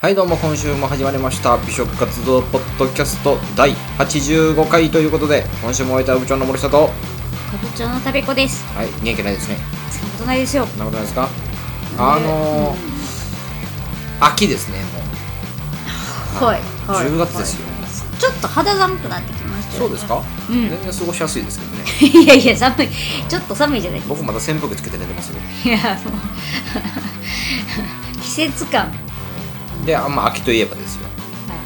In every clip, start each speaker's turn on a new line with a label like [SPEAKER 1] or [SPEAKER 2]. [SPEAKER 1] はいどうも今週も始まりました美食活動ポッドキャスト第85回ということで今週も終えた部長の森下とは
[SPEAKER 2] かぼちゃの食べ子です。
[SPEAKER 1] い見えてないですね
[SPEAKER 2] そんなことないですよ。
[SPEAKER 1] そんなことないですかあのー、秋ですねも
[SPEAKER 2] はい。はい
[SPEAKER 1] 10月ですよ
[SPEAKER 2] はいちょっと肌寒くなってきまし
[SPEAKER 1] う
[SPEAKER 2] た
[SPEAKER 1] そ
[SPEAKER 2] よ、
[SPEAKER 1] う
[SPEAKER 2] ね。
[SPEAKER 1] ですか、
[SPEAKER 2] う
[SPEAKER 1] 全
[SPEAKER 2] ん
[SPEAKER 1] 然過ごしやすいですけどね
[SPEAKER 2] いやいや寒い。ちょっと寒いじゃない。
[SPEAKER 1] 僕まだ扇風機つけて寝てますよ
[SPEAKER 2] いやもう 季節感。はい。
[SPEAKER 1] であんま秋といえばですよ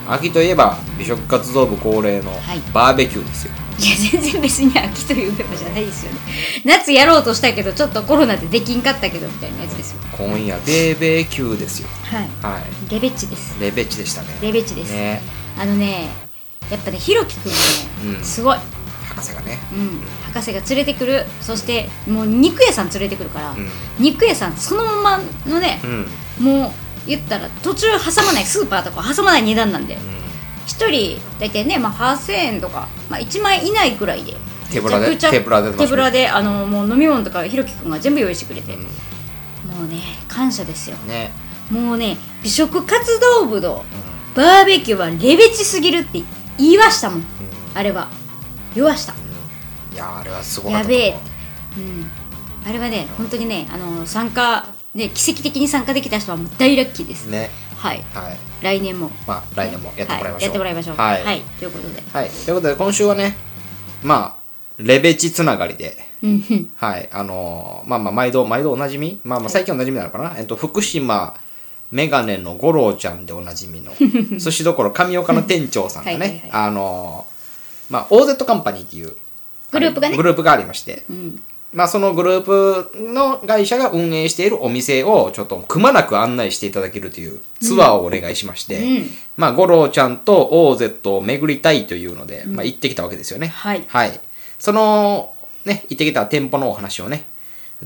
[SPEAKER 1] 秋といえば美食活動部恒例の
[SPEAKER 2] はい
[SPEAKER 1] バーベキューですよ、
[SPEAKER 2] いや全然別に秋というわけじゃないですよね。夏やろうとしたけどちょっとコロナでできんかったけどみたいなやつですよ。
[SPEAKER 1] 今夜ベーベーキューですよ
[SPEAKER 2] はい。
[SPEAKER 1] はい
[SPEAKER 2] レベッチです。
[SPEAKER 1] レベチでしたね
[SPEAKER 2] レベッチです。
[SPEAKER 1] ね
[SPEAKER 2] あのね、やっぱねひろきくんね、
[SPEAKER 1] うん
[SPEAKER 2] すごい。
[SPEAKER 1] 博士がね
[SPEAKER 2] うん、博士が連れてくるそしてもう肉屋さん連れてくるから、
[SPEAKER 1] うん
[SPEAKER 2] 肉屋さんそのままのね
[SPEAKER 1] う、ん、うん、
[SPEAKER 2] もう言ったら途中挟まないスーパーとか挟まない値段なんで1人大体ね、まあ、8000円とか、まあ、1万円以内ぐらいで
[SPEAKER 1] 手ぶらで
[SPEAKER 2] めちゃくち
[SPEAKER 1] 手
[SPEAKER 2] ゃ
[SPEAKER 1] ぶらで出ま
[SPEAKER 2] 手
[SPEAKER 1] すね
[SPEAKER 2] ぶらであのもう飲み物とかひろきくんが全部用意してくれて、
[SPEAKER 1] うん
[SPEAKER 2] もうね感謝ですよ
[SPEAKER 1] ね、
[SPEAKER 2] もうね美食活動部の
[SPEAKER 1] う
[SPEAKER 2] バーベキューはレベチすぎるって言いましたもん
[SPEAKER 1] んうん
[SPEAKER 2] あれは言わした
[SPEAKER 1] いやーあれはすごかっ
[SPEAKER 2] や
[SPEAKER 1] た
[SPEAKER 2] べ
[SPEAKER 1] と思う
[SPEAKER 2] え、うん、あれはね本当にねあの参加ね奇跡的に参加できた人はもう大ラッキーです、
[SPEAKER 1] ね
[SPEAKER 2] はい
[SPEAKER 1] はい
[SPEAKER 2] 来年も
[SPEAKER 1] まあ来年もやってもらいましょう、
[SPEAKER 2] はやってもらいましょう
[SPEAKER 1] はい、
[SPEAKER 2] はい、ということで
[SPEAKER 1] はいということで今週はねまあレベチつながりで
[SPEAKER 2] うんうん
[SPEAKER 1] はいあのーまあまあ毎度毎度おなじみまあまあ最近おなじみなのかな、えっと福島メガネの五郎ちゃんでおなじ みの寿司どころ神岡の店長さんがね
[SPEAKER 2] はいはいはい
[SPEAKER 1] あのーまあ OZ カンパニーっていう
[SPEAKER 2] グループがね
[SPEAKER 1] グループがありまして、
[SPEAKER 2] うん
[SPEAKER 1] まあ、そのグループの会社が運営しているお店をちょっとくまなく案内していただけるというツアーをお願いしまして、
[SPEAKER 2] うん
[SPEAKER 1] まあ、五郎ちゃんと OZ を巡りたいというので、まあ、行ってきたわけですよね。
[SPEAKER 2] はい
[SPEAKER 1] その、ね、行ってきた店舗のお話をね、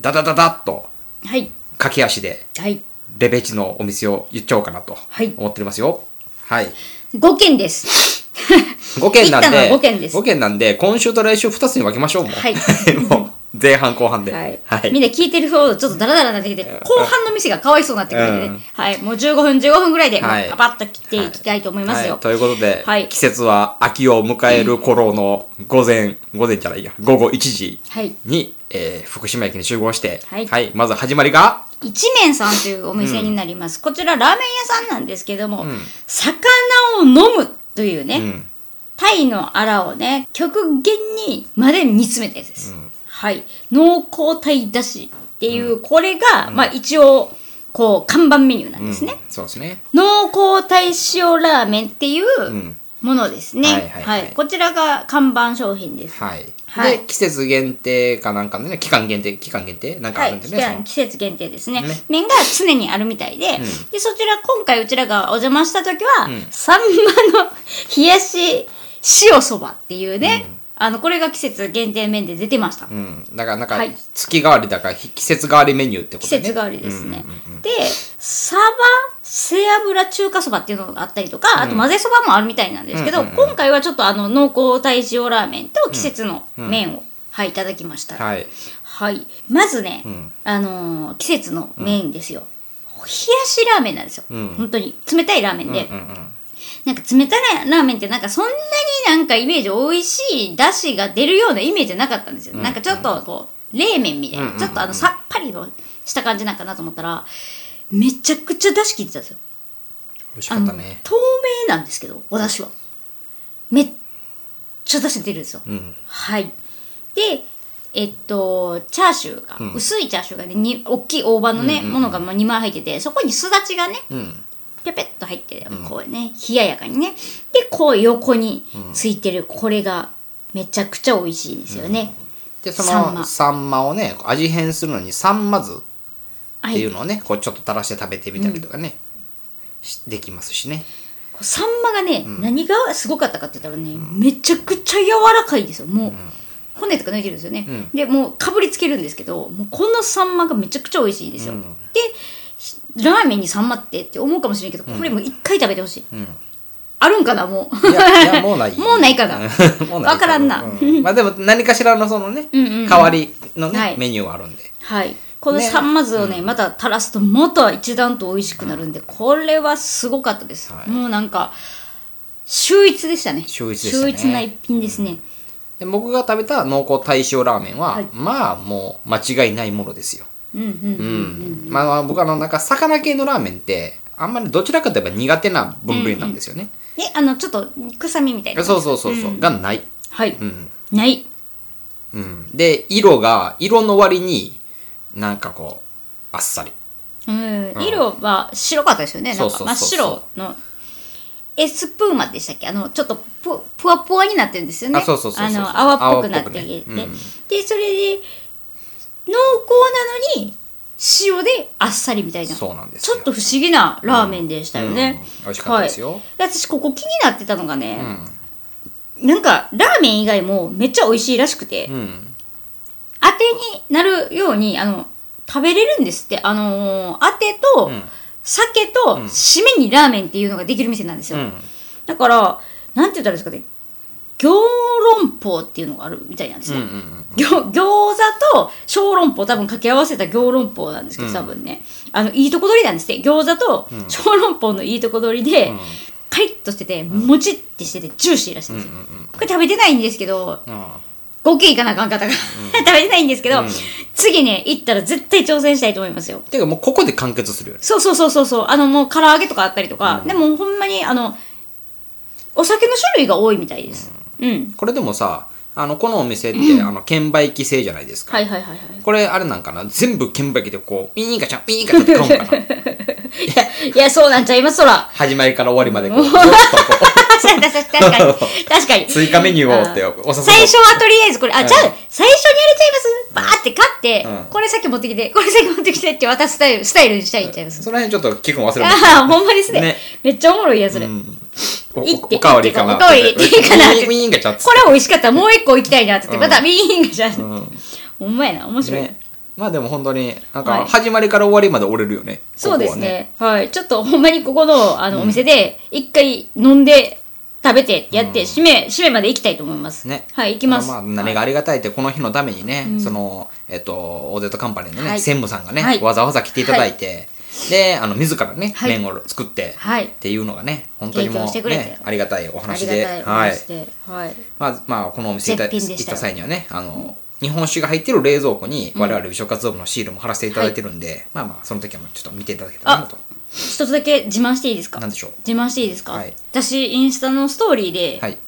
[SPEAKER 1] ダダダダッと
[SPEAKER 2] はい
[SPEAKER 1] 駆け足で
[SPEAKER 2] はい
[SPEAKER 1] レベチのお店を言っちゃおうかなと
[SPEAKER 2] はい
[SPEAKER 1] 思っておりますよ。 はい。
[SPEAKER 2] 5件です
[SPEAKER 1] 5件なん
[SPEAKER 2] 行った
[SPEAKER 1] で、
[SPEAKER 2] のは5件です
[SPEAKER 1] 5件なんで、今週と来週2つに分けましょうもう。
[SPEAKER 2] はい
[SPEAKER 1] もう前半後半で。
[SPEAKER 2] はい、みんな聞いてる方ちょっとダラダラになってきて後半の店がかわいそうになってくるんでね、
[SPEAKER 1] うん
[SPEAKER 2] はいもう15分15分ぐらいで、
[SPEAKER 1] はい
[SPEAKER 2] パパッと切っていきたいと思いますよ、
[SPEAKER 1] はい、ということで、
[SPEAKER 2] はい
[SPEAKER 1] 季節は秋を迎える頃の午前、午前じゃないや、午後1時
[SPEAKER 2] はい
[SPEAKER 1] に、えー福島駅に集合して、
[SPEAKER 2] はい
[SPEAKER 1] まず始まりが、
[SPEAKER 2] 一面さんというお店になります、こちらラーメン屋さんなんですけども、
[SPEAKER 1] ん
[SPEAKER 2] 魚を飲むというね、
[SPEAKER 1] うん、
[SPEAKER 2] タイのアラをね極限にまで煮詰めたやつです、はい濃厚タイだしっていう、これが、まあ一応こう看板メニューなんですね、
[SPEAKER 1] うんそうですね。
[SPEAKER 2] 濃厚タイ塩ラーメンっていうんものですね、
[SPEAKER 1] は
[SPEAKER 2] はいい
[SPEAKER 1] はいはい
[SPEAKER 2] こちらが看板商品です
[SPEAKER 1] はい。
[SPEAKER 2] はい
[SPEAKER 1] で、季節限定かなんかのね、期間限定、期間限定なんか
[SPEAKER 2] は
[SPEAKER 1] ある
[SPEAKER 2] い、
[SPEAKER 1] んで
[SPEAKER 2] 期
[SPEAKER 1] ね。そ
[SPEAKER 2] 間
[SPEAKER 1] の
[SPEAKER 2] 季節限定ですね
[SPEAKER 1] ね
[SPEAKER 2] 麺が常にあるみたいで,、でそちら今回うちらがお邪魔した時は、サンマの冷やし塩そばっていうね、あのこれが季節限定麺で出てました、
[SPEAKER 1] うん。だから、なんか、
[SPEAKER 2] はい
[SPEAKER 1] 月替わりだから、ひ季節替わりメニューってこ
[SPEAKER 2] 季
[SPEAKER 1] とね。
[SPEAKER 2] 節替わりですね、でサバ背脂中華そばっていうのがあったりとかあと混ぜそばもあるみたいなんですけど、今回はちょっとあの濃厚大塩ラーメンと季節の麺を、はいいただきました、
[SPEAKER 1] はい。
[SPEAKER 2] はい。まずね、あのー季節のメインですよ。冷やしラーメンなんですよ。本当に。冷たいラーメンで。なんか冷たいラーメンってなんかそんなになんかイメージ美味しい出汁が出るようなイメージじゃなかったんですよ。なんかちょっとこう、冷麺みたいな。ちょっとあのさっぱりのした感じなんかなと思ったら、めちゃくちゃ出汁効いてたんですよ。
[SPEAKER 1] 美味し
[SPEAKER 2] あ
[SPEAKER 1] かっ
[SPEAKER 2] の
[SPEAKER 1] たね。
[SPEAKER 2] 透明なんですけどお出汁はめっちゃ出汁出るんですよ、
[SPEAKER 1] ん
[SPEAKER 2] はいでえっとチャーシューが、薄いチャーシューがねに大きい大葉のね、ものが2枚入っててそこにすだちがね、
[SPEAKER 1] ん
[SPEAKER 2] ぴゃぴゃっと入っててこうね冷ややかにねでこう横についてる、これがめちゃくちゃ美味しいんですよね、
[SPEAKER 1] で、そ
[SPEAKER 2] サン
[SPEAKER 1] の、
[SPEAKER 2] マ
[SPEAKER 1] サンマをね、味変するのに、サンマ酢っ
[SPEAKER 2] は
[SPEAKER 1] てい
[SPEAKER 2] いう
[SPEAKER 1] のをね、こうちょっと垂らして食べてみたりとかね、しできますしね。
[SPEAKER 2] こうサンマがね、何がすごかったかって言ったらね、めちゃくちゃ柔らかいですよもう、骨とか抜いてるんですよね、でもうかぶりつけるんですけどもうこのサンマがめちゃくちゃ美味しいですよ、でしラーメンにサンマってって思うかもしれないけどこれもう一回食べてほしい、あるんかなもう
[SPEAKER 1] いや、いやもうない。
[SPEAKER 2] もうないかな
[SPEAKER 1] もうない
[SPEAKER 2] わからんな
[SPEAKER 1] うまあでも何かしらのそのね、
[SPEAKER 2] んうんうん
[SPEAKER 1] 代わりのね、
[SPEAKER 2] はい
[SPEAKER 1] メニューはあるんで。
[SPEAKER 2] はいこのさんま酢をねまた垂らすともっと一段と美味しくなるんで、これはすごかったです、
[SPEAKER 1] はい
[SPEAKER 2] もうなんか秀逸でしたね
[SPEAKER 1] 秀逸でしたね
[SPEAKER 2] 秀逸な一品ですね、
[SPEAKER 1] で僕が食べた濃厚大塩ラーメンは、
[SPEAKER 2] はい
[SPEAKER 1] まあもう間違いないものですよ、
[SPEAKER 2] うん、うんうん
[SPEAKER 1] うんまあまあ、僕あのなんか魚系のラーメンってあんまりどちらかといえば苦手な分類なんですよね、
[SPEAKER 2] であのちょっと臭みみたいな
[SPEAKER 1] そうそうそうそう、がない、
[SPEAKER 2] はい、
[SPEAKER 1] うん
[SPEAKER 2] ない
[SPEAKER 1] うん、で色が色の割になんかこうあっさり
[SPEAKER 2] うん、色は白かったですよね。なん
[SPEAKER 1] そう
[SPEAKER 2] か
[SPEAKER 1] そう
[SPEAKER 2] 真
[SPEAKER 1] そう
[SPEAKER 2] っ
[SPEAKER 1] そう
[SPEAKER 2] 白のエスプーマでしたっけあの、ちょっとぷ、ぷわぷわになってるんですよね。
[SPEAKER 1] あそうそうそうそう
[SPEAKER 2] の、泡っぽくなっていて。
[SPEAKER 1] 泡っぽくねうん
[SPEAKER 2] で、それで、濃厚なのに、塩であっさりみたいな。
[SPEAKER 1] そうなんです
[SPEAKER 2] ち
[SPEAKER 1] よ
[SPEAKER 2] ょっと不思議なラーメンでしたよね。
[SPEAKER 1] うん美味しかったですよ
[SPEAKER 2] はい私、ここ気になってたのがね、なんか、ラーメン以外もめっちゃ美味しいらしくて、
[SPEAKER 1] うん
[SPEAKER 2] 当てになるように、あの、食べれるんですって。あのー当てと、
[SPEAKER 1] ん
[SPEAKER 2] 酒と、締めにラーメンっていうのができる店なんです
[SPEAKER 1] う
[SPEAKER 2] よ。
[SPEAKER 1] ん
[SPEAKER 2] だから、なんて言ったらいいですかね、行論法っていうのがあるみたいなんです
[SPEAKER 1] うんう
[SPEAKER 2] ね。
[SPEAKER 1] ん
[SPEAKER 2] 餃餃子と小籠包多分掛け合わせた餃籠包なんですけど、多分ねあのいいとこ取りなんですって餃子と小籠包のいいとこ取りで、カリッとしててもちってしててジューシーらしいんですよ、これ食べてないんですけど
[SPEAKER 1] うんうん
[SPEAKER 2] 5軒行かなあかんかったから 食べてないんですけど、次ね行ったら絶対挑戦したいと思いますよ
[SPEAKER 1] てかもうここで完結するよね
[SPEAKER 2] そうそうそうそうそうあのもう唐揚げとかあったりとか、でもほんまにあのお酒の種類が多いみたいですうん、
[SPEAKER 1] これでもさあのこのお店って、あの券売機制じゃないですか、
[SPEAKER 2] はいはいはいはい
[SPEAKER 1] これあれなんかな全部券売機でこうウィーンガチャンウィーンガチャンって買うんか な
[SPEAKER 2] いやそうなんちゃいますそら
[SPEAKER 1] 始まりから終わりまでこうずっと こ
[SPEAKER 2] 確かに確かに確かに
[SPEAKER 1] う追加メニューをっておさ
[SPEAKER 2] 最初はとりあえずこれ、あ、
[SPEAKER 1] ん
[SPEAKER 2] じゃあ、最初にやれちゃいますバーって買って、
[SPEAKER 1] うん
[SPEAKER 2] これ先持ってきて、これ先持ってきてって渡すスタイルスタイルにしたいっちゃいます。
[SPEAKER 1] その辺ちょっと聞くの忘れました
[SPEAKER 2] ああ、ほんまですね
[SPEAKER 1] ね
[SPEAKER 2] めっちゃおもろいやつれ、
[SPEAKER 1] お
[SPEAKER 2] いいって
[SPEAKER 1] おおかわりかな。
[SPEAKER 2] おかわりいいか な
[SPEAKER 1] ウィンウィンがちゃっつ
[SPEAKER 2] これ美味しかったらもう一個行きたいなって言って、またビーンがじゃん。ほんまやな、面白い。
[SPEAKER 1] ね。まあでも本当に、なん
[SPEAKER 2] は
[SPEAKER 1] か
[SPEAKER 2] い
[SPEAKER 1] 始まりから終わりまで折れるよね。
[SPEAKER 2] そうです
[SPEAKER 1] ここは。
[SPEAKER 2] ねはい。ちょっとほんまにここの、あの、お店で、一回飲んで、食べて、やって、締め、締めまで行きたいと思います。
[SPEAKER 1] ね。
[SPEAKER 2] はい、行きます。
[SPEAKER 1] まあ、何がありがたいって、この日のためにね、その、えっと、オーデットカンパニーの
[SPEAKER 2] は
[SPEAKER 1] ね、
[SPEAKER 2] い
[SPEAKER 1] 専務さんが
[SPEAKER 2] は
[SPEAKER 1] ね、
[SPEAKER 2] い
[SPEAKER 1] わざわざ来ていただいて、で、あの、自らね、
[SPEAKER 2] はい
[SPEAKER 1] 麺を作って、
[SPEAKER 2] は
[SPEAKER 1] っ
[SPEAKER 2] い
[SPEAKER 1] ていうのがね、本当にも
[SPEAKER 2] 提供して
[SPEAKER 1] う、
[SPEAKER 2] くれて
[SPEAKER 1] ね、ありがたいお
[SPEAKER 2] あり
[SPEAKER 1] 話
[SPEAKER 2] が
[SPEAKER 1] で、
[SPEAKER 2] たいお話
[SPEAKER 1] い。
[SPEAKER 2] で。はい。
[SPEAKER 1] まあ、まあ、このお店いた行
[SPEAKER 2] 絶品で
[SPEAKER 1] っ
[SPEAKER 2] した
[SPEAKER 1] た
[SPEAKER 2] よ
[SPEAKER 1] 際にはね、あの、日本酒が入ってる冷蔵庫に、我々美食活動部のシールも貼らせていただいてるんで、まあまあ、その時はちょっと見ていただけたらなと。
[SPEAKER 2] 一つだけ自慢していいですか
[SPEAKER 1] なんでしょう
[SPEAKER 2] 自慢していいですか、
[SPEAKER 1] はい
[SPEAKER 2] 私インスタのストーリーで
[SPEAKER 1] はい。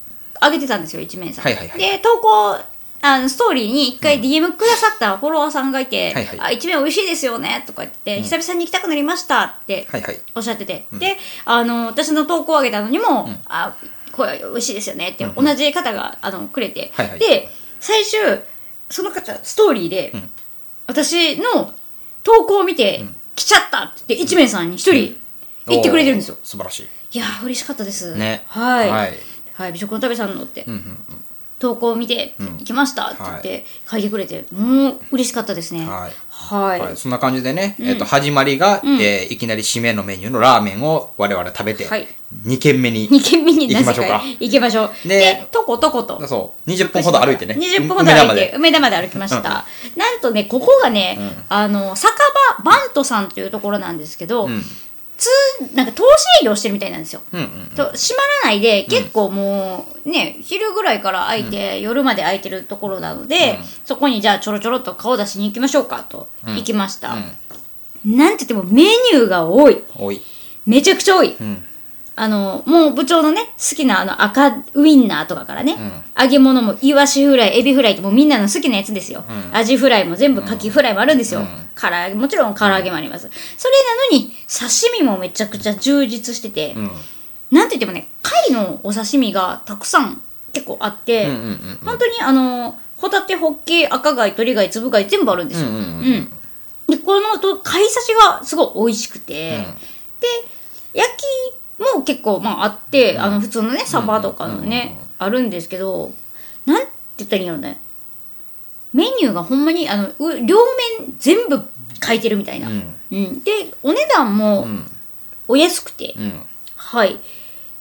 [SPEAKER 2] 上げてたんですよ、一面さん、
[SPEAKER 1] はいはいはい
[SPEAKER 2] で投稿あのストーリーに一回 DM くださったフォロワーさんがいて「
[SPEAKER 1] はいはい
[SPEAKER 2] あ一面美味しいですよね」とか言って、久々に行きたくなりました」って
[SPEAKER 1] はいはい
[SPEAKER 2] おっしゃってて、であの私の投稿を上げたのにも「あこれ美味しいですよね」って同じ方があのくれて、
[SPEAKER 1] はいはい
[SPEAKER 2] で最終その方ストーリーで、私の投稿を見て、来ちゃったって言って一面さんに一人言ってくれてるんですよ
[SPEAKER 1] おー、素晴らしい。
[SPEAKER 2] いやー嬉しかったです。
[SPEAKER 1] ね
[SPEAKER 2] はい。
[SPEAKER 1] は
[SPEAKER 2] はいい。美食の旅さんのって、
[SPEAKER 1] うんうん
[SPEAKER 2] 投稿を見て、行きましたって言って、書いてくれて、もう嬉しかったですね。
[SPEAKER 1] はい
[SPEAKER 2] はい。
[SPEAKER 1] はい、そんな感じでね、えっと始まりが、えーいきなり締めのメニューのラーメンを我々食べて、
[SPEAKER 2] はい
[SPEAKER 1] 2軒目に
[SPEAKER 2] 二軒目に
[SPEAKER 1] 行き
[SPEAKER 2] な
[SPEAKER 1] ま
[SPEAKER 2] ぜ
[SPEAKER 1] しょうか
[SPEAKER 2] か行きましょう。
[SPEAKER 1] で
[SPEAKER 2] で、とことこと。
[SPEAKER 1] そう20分ほど歩いてね
[SPEAKER 2] 20分ほど歩いて、
[SPEAKER 1] 梅
[SPEAKER 2] 梅田まで歩きました。なんとね、ここがね、あの、酒場バントさんっていうところなんですけど、つなんか投資営業してるみたいなんですよ。
[SPEAKER 1] 田までうんうん
[SPEAKER 2] と閉まらないで結構もうね、昼ぐらいから空いて、夜まで空いてるところなので、そこにじゃあちょろちょろっと顔出しに行きましょうかと、行きました、なんて言ってもメニューが多い
[SPEAKER 1] 多い
[SPEAKER 2] めちゃくちゃ多い、
[SPEAKER 1] ん
[SPEAKER 2] あのもう部長のね好きなあの赤ウインナーとかからね、揚げ物もイワシフライエビフライってもうみんなの好きなやつですよ、アジフライも全部カキフライもあるんですよ、唐揚げもちろん唐揚げもありますそれなのに刺身もめちゃくちゃ充実してて、なんて言ってもね貝のお刺身がたくさん結構あって、
[SPEAKER 1] うんうんうん
[SPEAKER 2] 本当にあのホタテホッケ赤貝鳥貝粒貝全部あるんですよ、
[SPEAKER 1] うんうんうん
[SPEAKER 2] うんでこのと貝刺しがすごい美味しくて、で焼きも結構まああって、あの普通のねサバとかのね、あるんですけどなんて言ったらいいのねメニューがほんまにあのう両面全部書いてるみたいな、
[SPEAKER 1] うん
[SPEAKER 2] うんでお値段もお安くて、
[SPEAKER 1] うん
[SPEAKER 2] はい。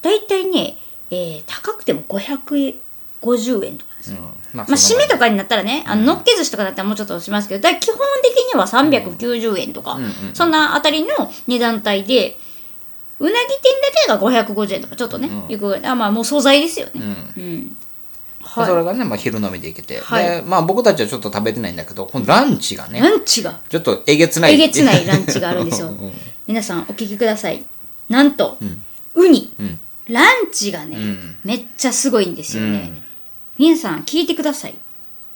[SPEAKER 2] 大体ね、えー高くても500円、 50円とかです
[SPEAKER 1] うんまあ
[SPEAKER 2] まあ、
[SPEAKER 1] そ
[SPEAKER 2] 締
[SPEAKER 1] んなもん
[SPEAKER 2] めとかになったらね、あの、のっけ寿司とかだったらもうちょっとしますけど、だから基本的には390円とか、そんなあたりの値段帯で、うなぎ店だけが550円とか、ちょっとね、いくぐらいあ、まあもう素材ですよね。うん。はい。
[SPEAKER 1] それがね、まあ、昼飲みで行けて、
[SPEAKER 2] は
[SPEAKER 1] で
[SPEAKER 2] い
[SPEAKER 1] まあ、僕たちはちょっと食べてないんだけどこのランチがね
[SPEAKER 2] ランチが、
[SPEAKER 1] ちょっとえげつない。
[SPEAKER 2] えげつないランチがあるんですよ
[SPEAKER 1] うん
[SPEAKER 2] 皆さんお聞きください。なんと、ウニ、
[SPEAKER 1] ん
[SPEAKER 2] ランチがね、
[SPEAKER 1] ん
[SPEAKER 2] めっちゃすごいんですよね。
[SPEAKER 1] うん
[SPEAKER 2] 皆さん聞いてください。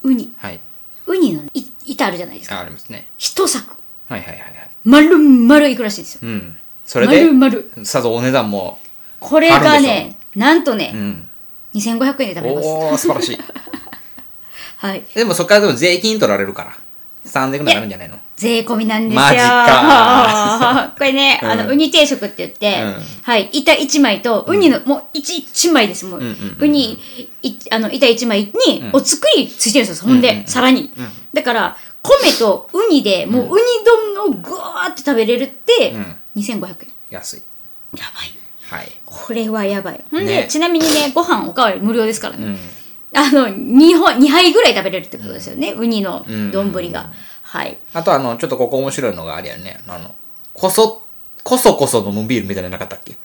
[SPEAKER 2] ウニ。
[SPEAKER 1] はい
[SPEAKER 2] ウニのい板あるじゃないですか。
[SPEAKER 1] あありますね
[SPEAKER 2] 一作。
[SPEAKER 1] はいはいはいはい
[SPEAKER 2] 丸々いくらしいんですよ。
[SPEAKER 1] うんそれ
[SPEAKER 2] 丸
[SPEAKER 1] で
[SPEAKER 2] 々。
[SPEAKER 1] さぞお値段も
[SPEAKER 2] これがね、なんとね
[SPEAKER 1] う、ん
[SPEAKER 2] 2500円で食べれます。
[SPEAKER 1] おお素晴らしい
[SPEAKER 2] はい。
[SPEAKER 1] でもそこからでも税金取られるから3000円ぐらいになるんじゃないの
[SPEAKER 2] 税込みなんですよ。
[SPEAKER 1] マジか
[SPEAKER 2] これね、あの、
[SPEAKER 1] うん
[SPEAKER 2] ウニ定食って言って、
[SPEAKER 1] うん
[SPEAKER 2] はい、板1枚と、ウニの、もう一一枚です、もう。
[SPEAKER 1] んうんうん
[SPEAKER 2] ウニ、いあの、板1枚に、お作りついてるんですよ、ほんで、さらに。だから、米とウニで、もうウニ丼をぐわーって食べれるって、
[SPEAKER 1] ん
[SPEAKER 2] 2500円。やば
[SPEAKER 1] 安い
[SPEAKER 2] い。
[SPEAKER 1] はい
[SPEAKER 2] これはやばい。ほんで、
[SPEAKER 1] ね
[SPEAKER 2] ちなみにね、ご飯おかわり無料ですからね。
[SPEAKER 1] うん
[SPEAKER 2] あの、2, 本2杯ぐらい食べれるってことですよね、ウニの丼が。はい。
[SPEAKER 1] あとあのちょっとここ面白いのがあれやねあのこそこそこそ飲むビールみたいなのなかったっけ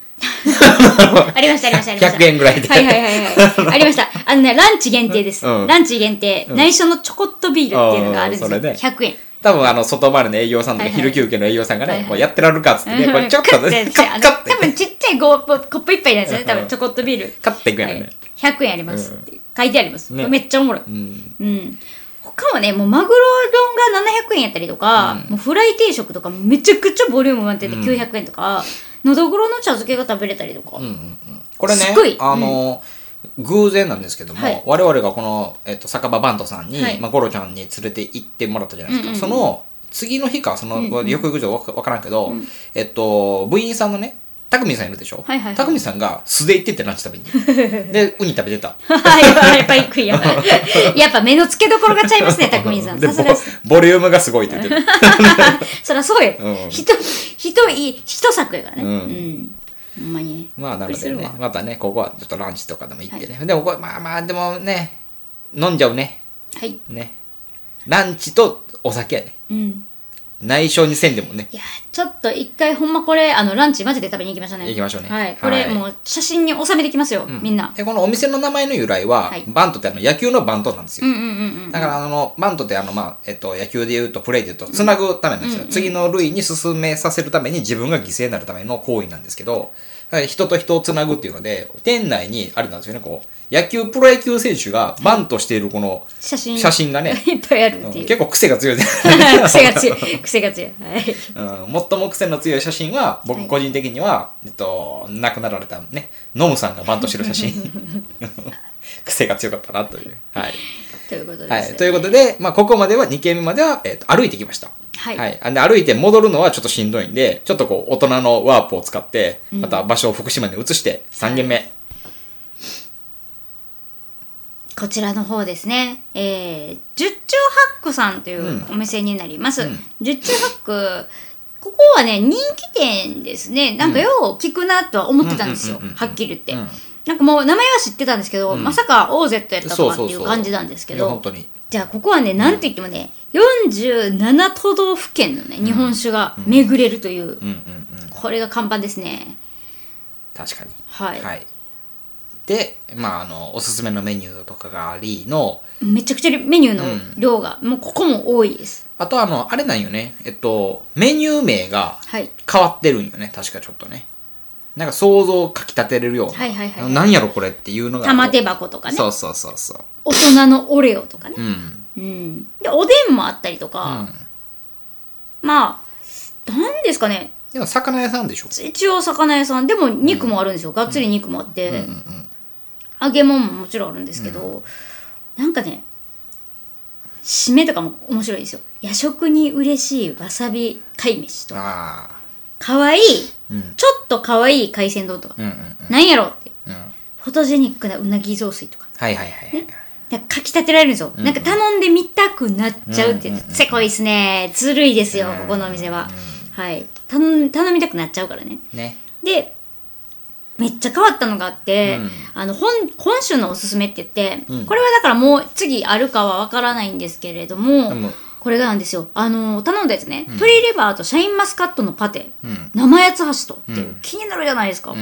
[SPEAKER 2] ありました、ありました、ありました。
[SPEAKER 1] 100円ぐらいで
[SPEAKER 2] はいはいはいはい。ありました。あのね、ランチ限定です。
[SPEAKER 1] うん
[SPEAKER 2] ランチ限定、内緒のチョコっとビールっていうのがあるんです
[SPEAKER 1] あー
[SPEAKER 2] よ。
[SPEAKER 1] それね
[SPEAKER 2] 100円。
[SPEAKER 1] 多分あの外回りの営業さんとか
[SPEAKER 2] はいはい
[SPEAKER 1] 昼休憩の営業さんがね、
[SPEAKER 2] はいはい
[SPEAKER 1] もうやってられるかっつってね、これちょっと
[SPEAKER 2] うん
[SPEAKER 1] ね
[SPEAKER 2] うん
[SPEAKER 1] カッカッ
[SPEAKER 2] 多分
[SPEAKER 1] て
[SPEAKER 2] ちっちゃいゴーコップ一杯なんですよね。多
[SPEAKER 1] うん
[SPEAKER 2] 分チョコっとビール。
[SPEAKER 1] カッていくやろね、
[SPEAKER 2] はい100円ありますって書いてあります。
[SPEAKER 1] ね
[SPEAKER 2] めっちゃおもろい。
[SPEAKER 1] うん
[SPEAKER 2] うん。他もね、もうマグロ丼が700円やったりとか、もうフライ定食とかめちゃくちゃボリューム満点で900円とか、のどぐろの茶漬けが食べれたりとか。
[SPEAKER 1] これね
[SPEAKER 2] すごい
[SPEAKER 1] あの、偶然なんですけども、
[SPEAKER 2] はい
[SPEAKER 1] 我々がこの、えっと、酒場バンドさんに、
[SPEAKER 2] はい
[SPEAKER 1] まあ、ゴロちゃんに連れて行ってもらったじゃないですか、その次の日かその、よく行くじゃわかわからんけど、えっと部員さんのねたくみんさんいるでしょ、
[SPEAKER 2] はいはいはい
[SPEAKER 1] たくみんさんが素で行ってってランチ食べに でウニ食べてた
[SPEAKER 2] はい、やっぱり 食いやばい。やっぱ目の付けどころがちゃいますね、たくみんさん。
[SPEAKER 1] で
[SPEAKER 2] さ
[SPEAKER 1] ボ
[SPEAKER 2] すがです。
[SPEAKER 1] ボリュームがすごいって言って る
[SPEAKER 2] そりゃそうよ
[SPEAKER 1] う。ん
[SPEAKER 2] 人、人、い人作やからね。
[SPEAKER 1] う
[SPEAKER 2] うんん。ほんまにね。
[SPEAKER 1] まあな
[SPEAKER 2] び
[SPEAKER 1] の
[SPEAKER 2] っくりす
[SPEAKER 1] で
[SPEAKER 2] る
[SPEAKER 1] ね
[SPEAKER 2] わ
[SPEAKER 1] またねここはちょっとランチとかでも行ってね、でもこれまあまあでもね飲んじゃうね
[SPEAKER 2] はい。
[SPEAKER 1] ねランチとお酒やね
[SPEAKER 2] うん。
[SPEAKER 1] 内緒にせんでもね
[SPEAKER 2] いや、ちょっと一回ほんまこれ、あの、ランチマジで食べに行きましょうね。
[SPEAKER 1] 行きましょうね
[SPEAKER 2] はい。こ
[SPEAKER 1] は
[SPEAKER 2] れ
[SPEAKER 1] い
[SPEAKER 2] もう写真に収めてきますよ、みんな。
[SPEAKER 1] でこのお店の名前の由来は、
[SPEAKER 2] はい
[SPEAKER 1] バントってあの野球のバントなんです
[SPEAKER 2] う
[SPEAKER 1] よ、
[SPEAKER 2] んうんうん
[SPEAKER 1] だからあのバントってあの、まあえっと、野球で言うとプレーで言うとつなぐためなんですよ、次の塁に進めさせるために自分が犠牲になるための行為なんですけどはい人と人をつなぐっていうので店内にあれなんですよねこう野球プロ野球選手がバントしているこの
[SPEAKER 2] 写真。
[SPEAKER 1] 写真がね、
[SPEAKER 2] い っぱいある
[SPEAKER 1] う
[SPEAKER 2] っ
[SPEAKER 1] ん
[SPEAKER 2] ていう。
[SPEAKER 1] 結構癖が強いです
[SPEAKER 2] 癖が強い。癖が強い。はい。
[SPEAKER 1] うん、最も癖の強い写真は
[SPEAKER 2] は
[SPEAKER 1] 僕
[SPEAKER 2] い
[SPEAKER 1] 個人的には、えっと、亡くなられたねノムさんがバントしてる写真 癖が強かったなという、はい
[SPEAKER 2] ということです。
[SPEAKER 1] はい、ということで、まあ、ここまでは2軒目までは、えっと歩いてきました、
[SPEAKER 2] はい
[SPEAKER 1] あで歩いて戻るのはちょっとしんどいんでちょっとこう大人のワープを使ってまた場所を福島に移して3軒目、
[SPEAKER 2] こちらの方ですね、えー、十中八九さんというお店になります。
[SPEAKER 1] うん
[SPEAKER 2] 十中八九、ここはね、人気店ですね。なんかよう聞くなとは思ってたんですよ
[SPEAKER 1] うんうんうんう。ん
[SPEAKER 2] はっきり言って。
[SPEAKER 1] うん
[SPEAKER 2] なんかもう名前は知ってたんですけど、まさか OZ やったとかっていう感じなんですけ
[SPEAKER 1] いや
[SPEAKER 2] ど
[SPEAKER 1] 本、当に
[SPEAKER 2] じゃあここはね、なんと言ってもね、47都道府県のね、日本酒が巡れるという、
[SPEAKER 1] うんうんうん
[SPEAKER 2] これが看板ですね。
[SPEAKER 1] 確かに
[SPEAKER 2] はい。
[SPEAKER 1] はい、でまああのおすすめのメニューとかがありの
[SPEAKER 2] めちゃくちゃメニューの量が、もうここも多いです。
[SPEAKER 1] あとあのあれなんよねえっとメニュー名が
[SPEAKER 2] はい。
[SPEAKER 1] 変わってるんよね確かちょっとねなんか想像をかき立てれるような、
[SPEAKER 2] はいはいはいはい
[SPEAKER 1] なんやろこれっていうのが
[SPEAKER 2] 玉手箱とかね。
[SPEAKER 1] そうそうそうそう
[SPEAKER 2] 大人のオレオとかね、
[SPEAKER 1] うん
[SPEAKER 2] うん、でおでんもあったりとか、まあなんですかね
[SPEAKER 1] でも魚屋さんでしょ
[SPEAKER 2] 一応魚屋さんでも肉もあるんですよ、がっつり肉もあって、揚げ物ももちろんあるんですけど、なんかね締めとかも面白いですよ夜食に嬉しいわさび貝飯とか
[SPEAKER 1] ああ
[SPEAKER 2] かわいい、
[SPEAKER 1] うん
[SPEAKER 2] ちょっとかわいい海鮮丼とか、
[SPEAKER 1] うんうんうん
[SPEAKER 2] なんやろって
[SPEAKER 1] うん
[SPEAKER 2] フォトジェニックなうなぎ雑炊とか
[SPEAKER 1] はいはいはい、はい
[SPEAKER 2] なんかかきたてられるんですよ、なんか頼んでみたくなっちゃうって言って、せこいっすねずるいですよ、ここのお店は、はい頼ん頼みたくなっちゃうからね
[SPEAKER 1] ね
[SPEAKER 2] でめっちゃ変わったのがあって、
[SPEAKER 1] うん
[SPEAKER 2] あの本今週のおすすめって言って、
[SPEAKER 1] うん
[SPEAKER 2] これはだからもう次あるかはわからないんですけれども、
[SPEAKER 1] でも
[SPEAKER 2] これがなんですよあの頼んだやつね、鶏レバーとシャインマスカットのパテ、
[SPEAKER 1] うん
[SPEAKER 2] 生八つ橋とっていう、
[SPEAKER 1] うん
[SPEAKER 2] 気になるじゃないですか、
[SPEAKER 1] う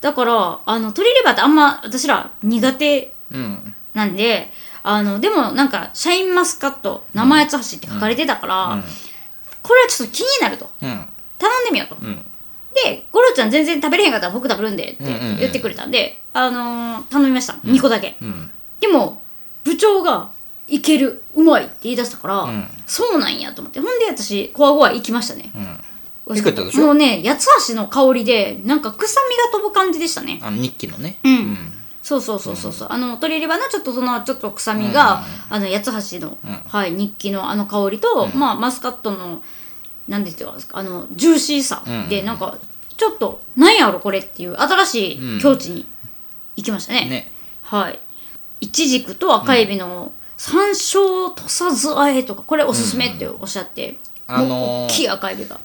[SPEAKER 2] だからあの鶏レバーってあんま私ら苦手
[SPEAKER 1] んうん
[SPEAKER 2] なんであのでもなんかシャインマスカット生八つ橋って書かれてたから、
[SPEAKER 1] うん
[SPEAKER 2] これはちょっと気になると
[SPEAKER 1] うん
[SPEAKER 2] 頼んでみようと、
[SPEAKER 1] うん
[SPEAKER 2] でゴロちゃん全然食べれへんかったら僕食べるんでって言ってくれたんで、あのー頼みました2個だけ、
[SPEAKER 1] うん
[SPEAKER 2] でも部長が「いけるうまい」って言い出したから、
[SPEAKER 1] ん
[SPEAKER 2] そうなんやと思ってほんで私こわごわ行きましたね、美味し
[SPEAKER 1] 行くってことでしょ
[SPEAKER 2] もうね八つ橋の香りでなんか臭みが飛ぶ感じでしたね
[SPEAKER 1] あの日記のね
[SPEAKER 2] うん、そうそうそうそうそう、あの鶏レバーのちょっとそのちょっと臭みが、あの八つ橋の、はい日記のあの香りと、まあマスカットの何ですかあのジューシーさ
[SPEAKER 1] うん
[SPEAKER 2] で、なんかちょっとなんやろこれっていう新しい境地に行きましたね、
[SPEAKER 1] ね
[SPEAKER 2] はいいちじくと赤エビの山椒とさずあえとかこれおすすめっておっしゃって、
[SPEAKER 1] あのー
[SPEAKER 2] もう大きい赤エビが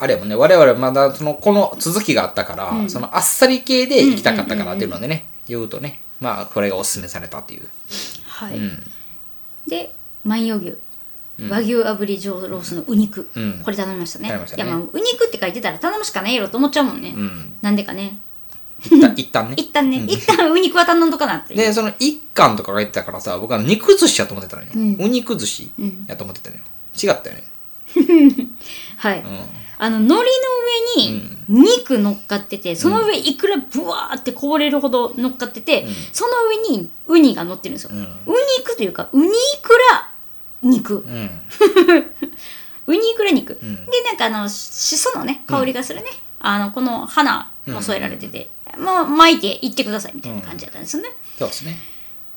[SPEAKER 1] あれもね我々まだそのこの続きがあったから、そのあっさり系で行きたかったからっていうのでね、言うとねまあこれがおすすめされたっていう
[SPEAKER 2] はい、で万葉牛和牛炙り上ロースのお肉、
[SPEAKER 1] うん
[SPEAKER 2] これ頼みましたね
[SPEAKER 1] 頼みましたね
[SPEAKER 2] いやまあお肉って書いてたら頼むしかないやろと思っちゃうもんね、
[SPEAKER 1] ん
[SPEAKER 2] なんでかね
[SPEAKER 1] 一 旦一旦ね
[SPEAKER 2] 一旦ね、一旦お肉は頼んどかなっていう
[SPEAKER 1] でその一貫とかが言ってたからさ僕は肉寿司やと思ってたのよ、
[SPEAKER 2] うん
[SPEAKER 1] お肉寿司
[SPEAKER 2] うん
[SPEAKER 1] やと思ってたのよ違ったよね
[SPEAKER 2] はい、
[SPEAKER 1] うん
[SPEAKER 2] あの海苔の上に肉乗っかってて、その上いくらブワーってこぼれるほど乗っかってて、その上にウニが乗ってるんですよ、
[SPEAKER 1] ん
[SPEAKER 2] ウニ肉というかウニいくら
[SPEAKER 1] う
[SPEAKER 2] 肉、
[SPEAKER 1] ん
[SPEAKER 2] ウニいくら肉、
[SPEAKER 1] ん
[SPEAKER 2] でなんかあのしそのね香りがするね、あのこの花も添えられてて、もう巻いていってくださいみたいな感じだったんですよね、
[SPEAKER 1] そうですね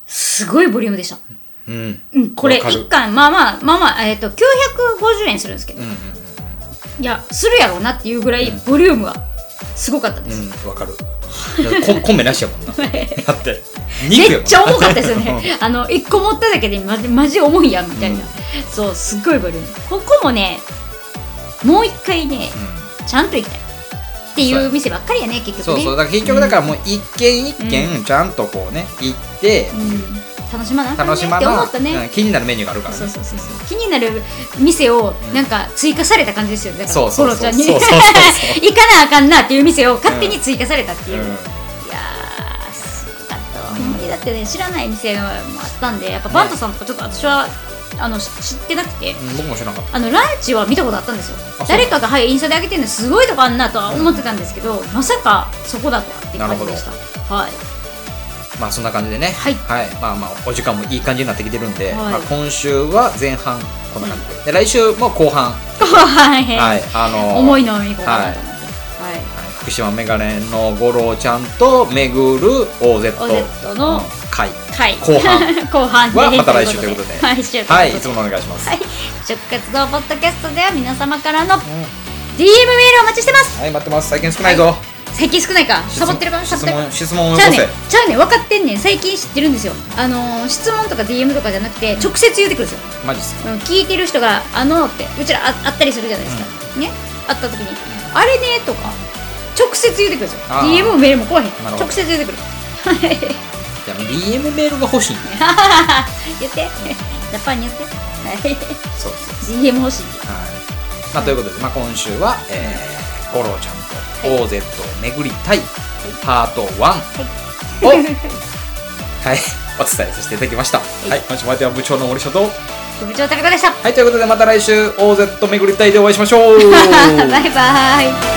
[SPEAKER 2] すごいボリュームでした、
[SPEAKER 1] うん
[SPEAKER 2] うん、これ
[SPEAKER 1] わかる
[SPEAKER 2] 1貫まあまあまあまあ、えっと950円するんですけど、
[SPEAKER 1] うん
[SPEAKER 2] いやするやろうなっていうぐらいボリュームはすごかったで
[SPEAKER 1] う
[SPEAKER 2] す、
[SPEAKER 1] んうんわかるだってこ米なしやもん なだって肉やもんな
[SPEAKER 2] めっちゃ重かったですよ ねあの1個持っただけでマジマジ重いやんみたいな、
[SPEAKER 1] うん
[SPEAKER 2] そうすっごいボリュームここもねもう1回ねちゃんと行きたいっていう店ばっかりやね結局ね
[SPEAKER 1] そうそうだから結局だからもう一軒一軒ちゃんとこうね行って
[SPEAKER 2] うん楽しまなあかんね
[SPEAKER 1] 楽
[SPEAKER 2] って
[SPEAKER 1] しま
[SPEAKER 2] 思
[SPEAKER 1] な
[SPEAKER 2] ったね、
[SPEAKER 1] うん気になるメニューがあるからね
[SPEAKER 2] そうそうそうそう気になる店をなんか追加された感じですよねだから
[SPEAKER 1] そうそうそう
[SPEAKER 2] コロちゃんに
[SPEAKER 1] そう
[SPEAKER 2] 行
[SPEAKER 1] そ
[SPEAKER 2] か
[SPEAKER 1] うそう
[SPEAKER 2] なあかんなっていう店を勝手に追加されたっていう、いやーすごかったわほんまにだってね知らない店もあったんでやっぱバントさんとかちょっと私はあのし知ってなくて
[SPEAKER 1] うんうん僕も知らなかっ
[SPEAKER 2] あのランチは見たことあったんですよ
[SPEAKER 1] あそう
[SPEAKER 2] 誰かが、はい、インスタで上げてるのすごいとこあんなとは思ってたんですけど、まさかそこだとはって感じでしたはい
[SPEAKER 1] たまあそんな感じでね
[SPEAKER 2] はい
[SPEAKER 1] まあまあお時間もいい感じになってきてるんで
[SPEAKER 2] はい
[SPEAKER 1] まあ今週は前半こんな感じでで来週も後半
[SPEAKER 2] はい、
[SPEAKER 1] はいあの
[SPEAKER 2] 思いのみこうかなと思ってはい、
[SPEAKER 1] はい福島メガネの五郎ちゃんと巡る OZ
[SPEAKER 2] OZ の
[SPEAKER 1] 会
[SPEAKER 2] はい
[SPEAKER 1] 後半
[SPEAKER 2] 後半で
[SPEAKER 1] はまた来週ということで
[SPEAKER 2] 来週ということで
[SPEAKER 1] はいいつものお願いします
[SPEAKER 2] はい食活動ポッドキャストでは皆様からの DM
[SPEAKER 1] ん
[SPEAKER 2] メールお待ちしてます
[SPEAKER 1] はい待ってます最近少ないぞ
[SPEAKER 2] 最近少ないか
[SPEAKER 1] 質
[SPEAKER 2] サ
[SPEAKER 1] 問
[SPEAKER 2] ボってるかもしれ
[SPEAKER 1] 質
[SPEAKER 2] ない
[SPEAKER 1] 問質問をよ
[SPEAKER 2] ちゃ
[SPEAKER 1] こ
[SPEAKER 2] うね
[SPEAKER 1] せ
[SPEAKER 2] んちゃうねん分かってんねん最近知ってるんですよあのー質問とか DM とかじゃなくて直接言ってくるんですよ
[SPEAKER 1] マジっすか
[SPEAKER 2] うん聞いてる人が「あの」ってうちらああったりするじゃないですか、ねあった時に「あれね」とか直接言ってくるんですよ
[SPEAKER 1] あー
[SPEAKER 2] DM もメールも来おへん
[SPEAKER 1] なるほど
[SPEAKER 2] 直接言ってくる
[SPEAKER 1] いや DM メールが欲しいね
[SPEAKER 2] 言ってジャパンに言ってはい
[SPEAKER 1] そうそう
[SPEAKER 2] DM 欲しい
[SPEAKER 1] はいまあ、ということで、まあ、今週は、えー、五郎ちゃんと OZ を巡りたい、パート1を、 はい、お伝えさせていただきました。はいい、今週もお相手は部長の森下と。は
[SPEAKER 2] ご部長高子でした
[SPEAKER 1] い、ということで、また来週 OZ 巡りたいでお会いしましょう
[SPEAKER 2] バイバイ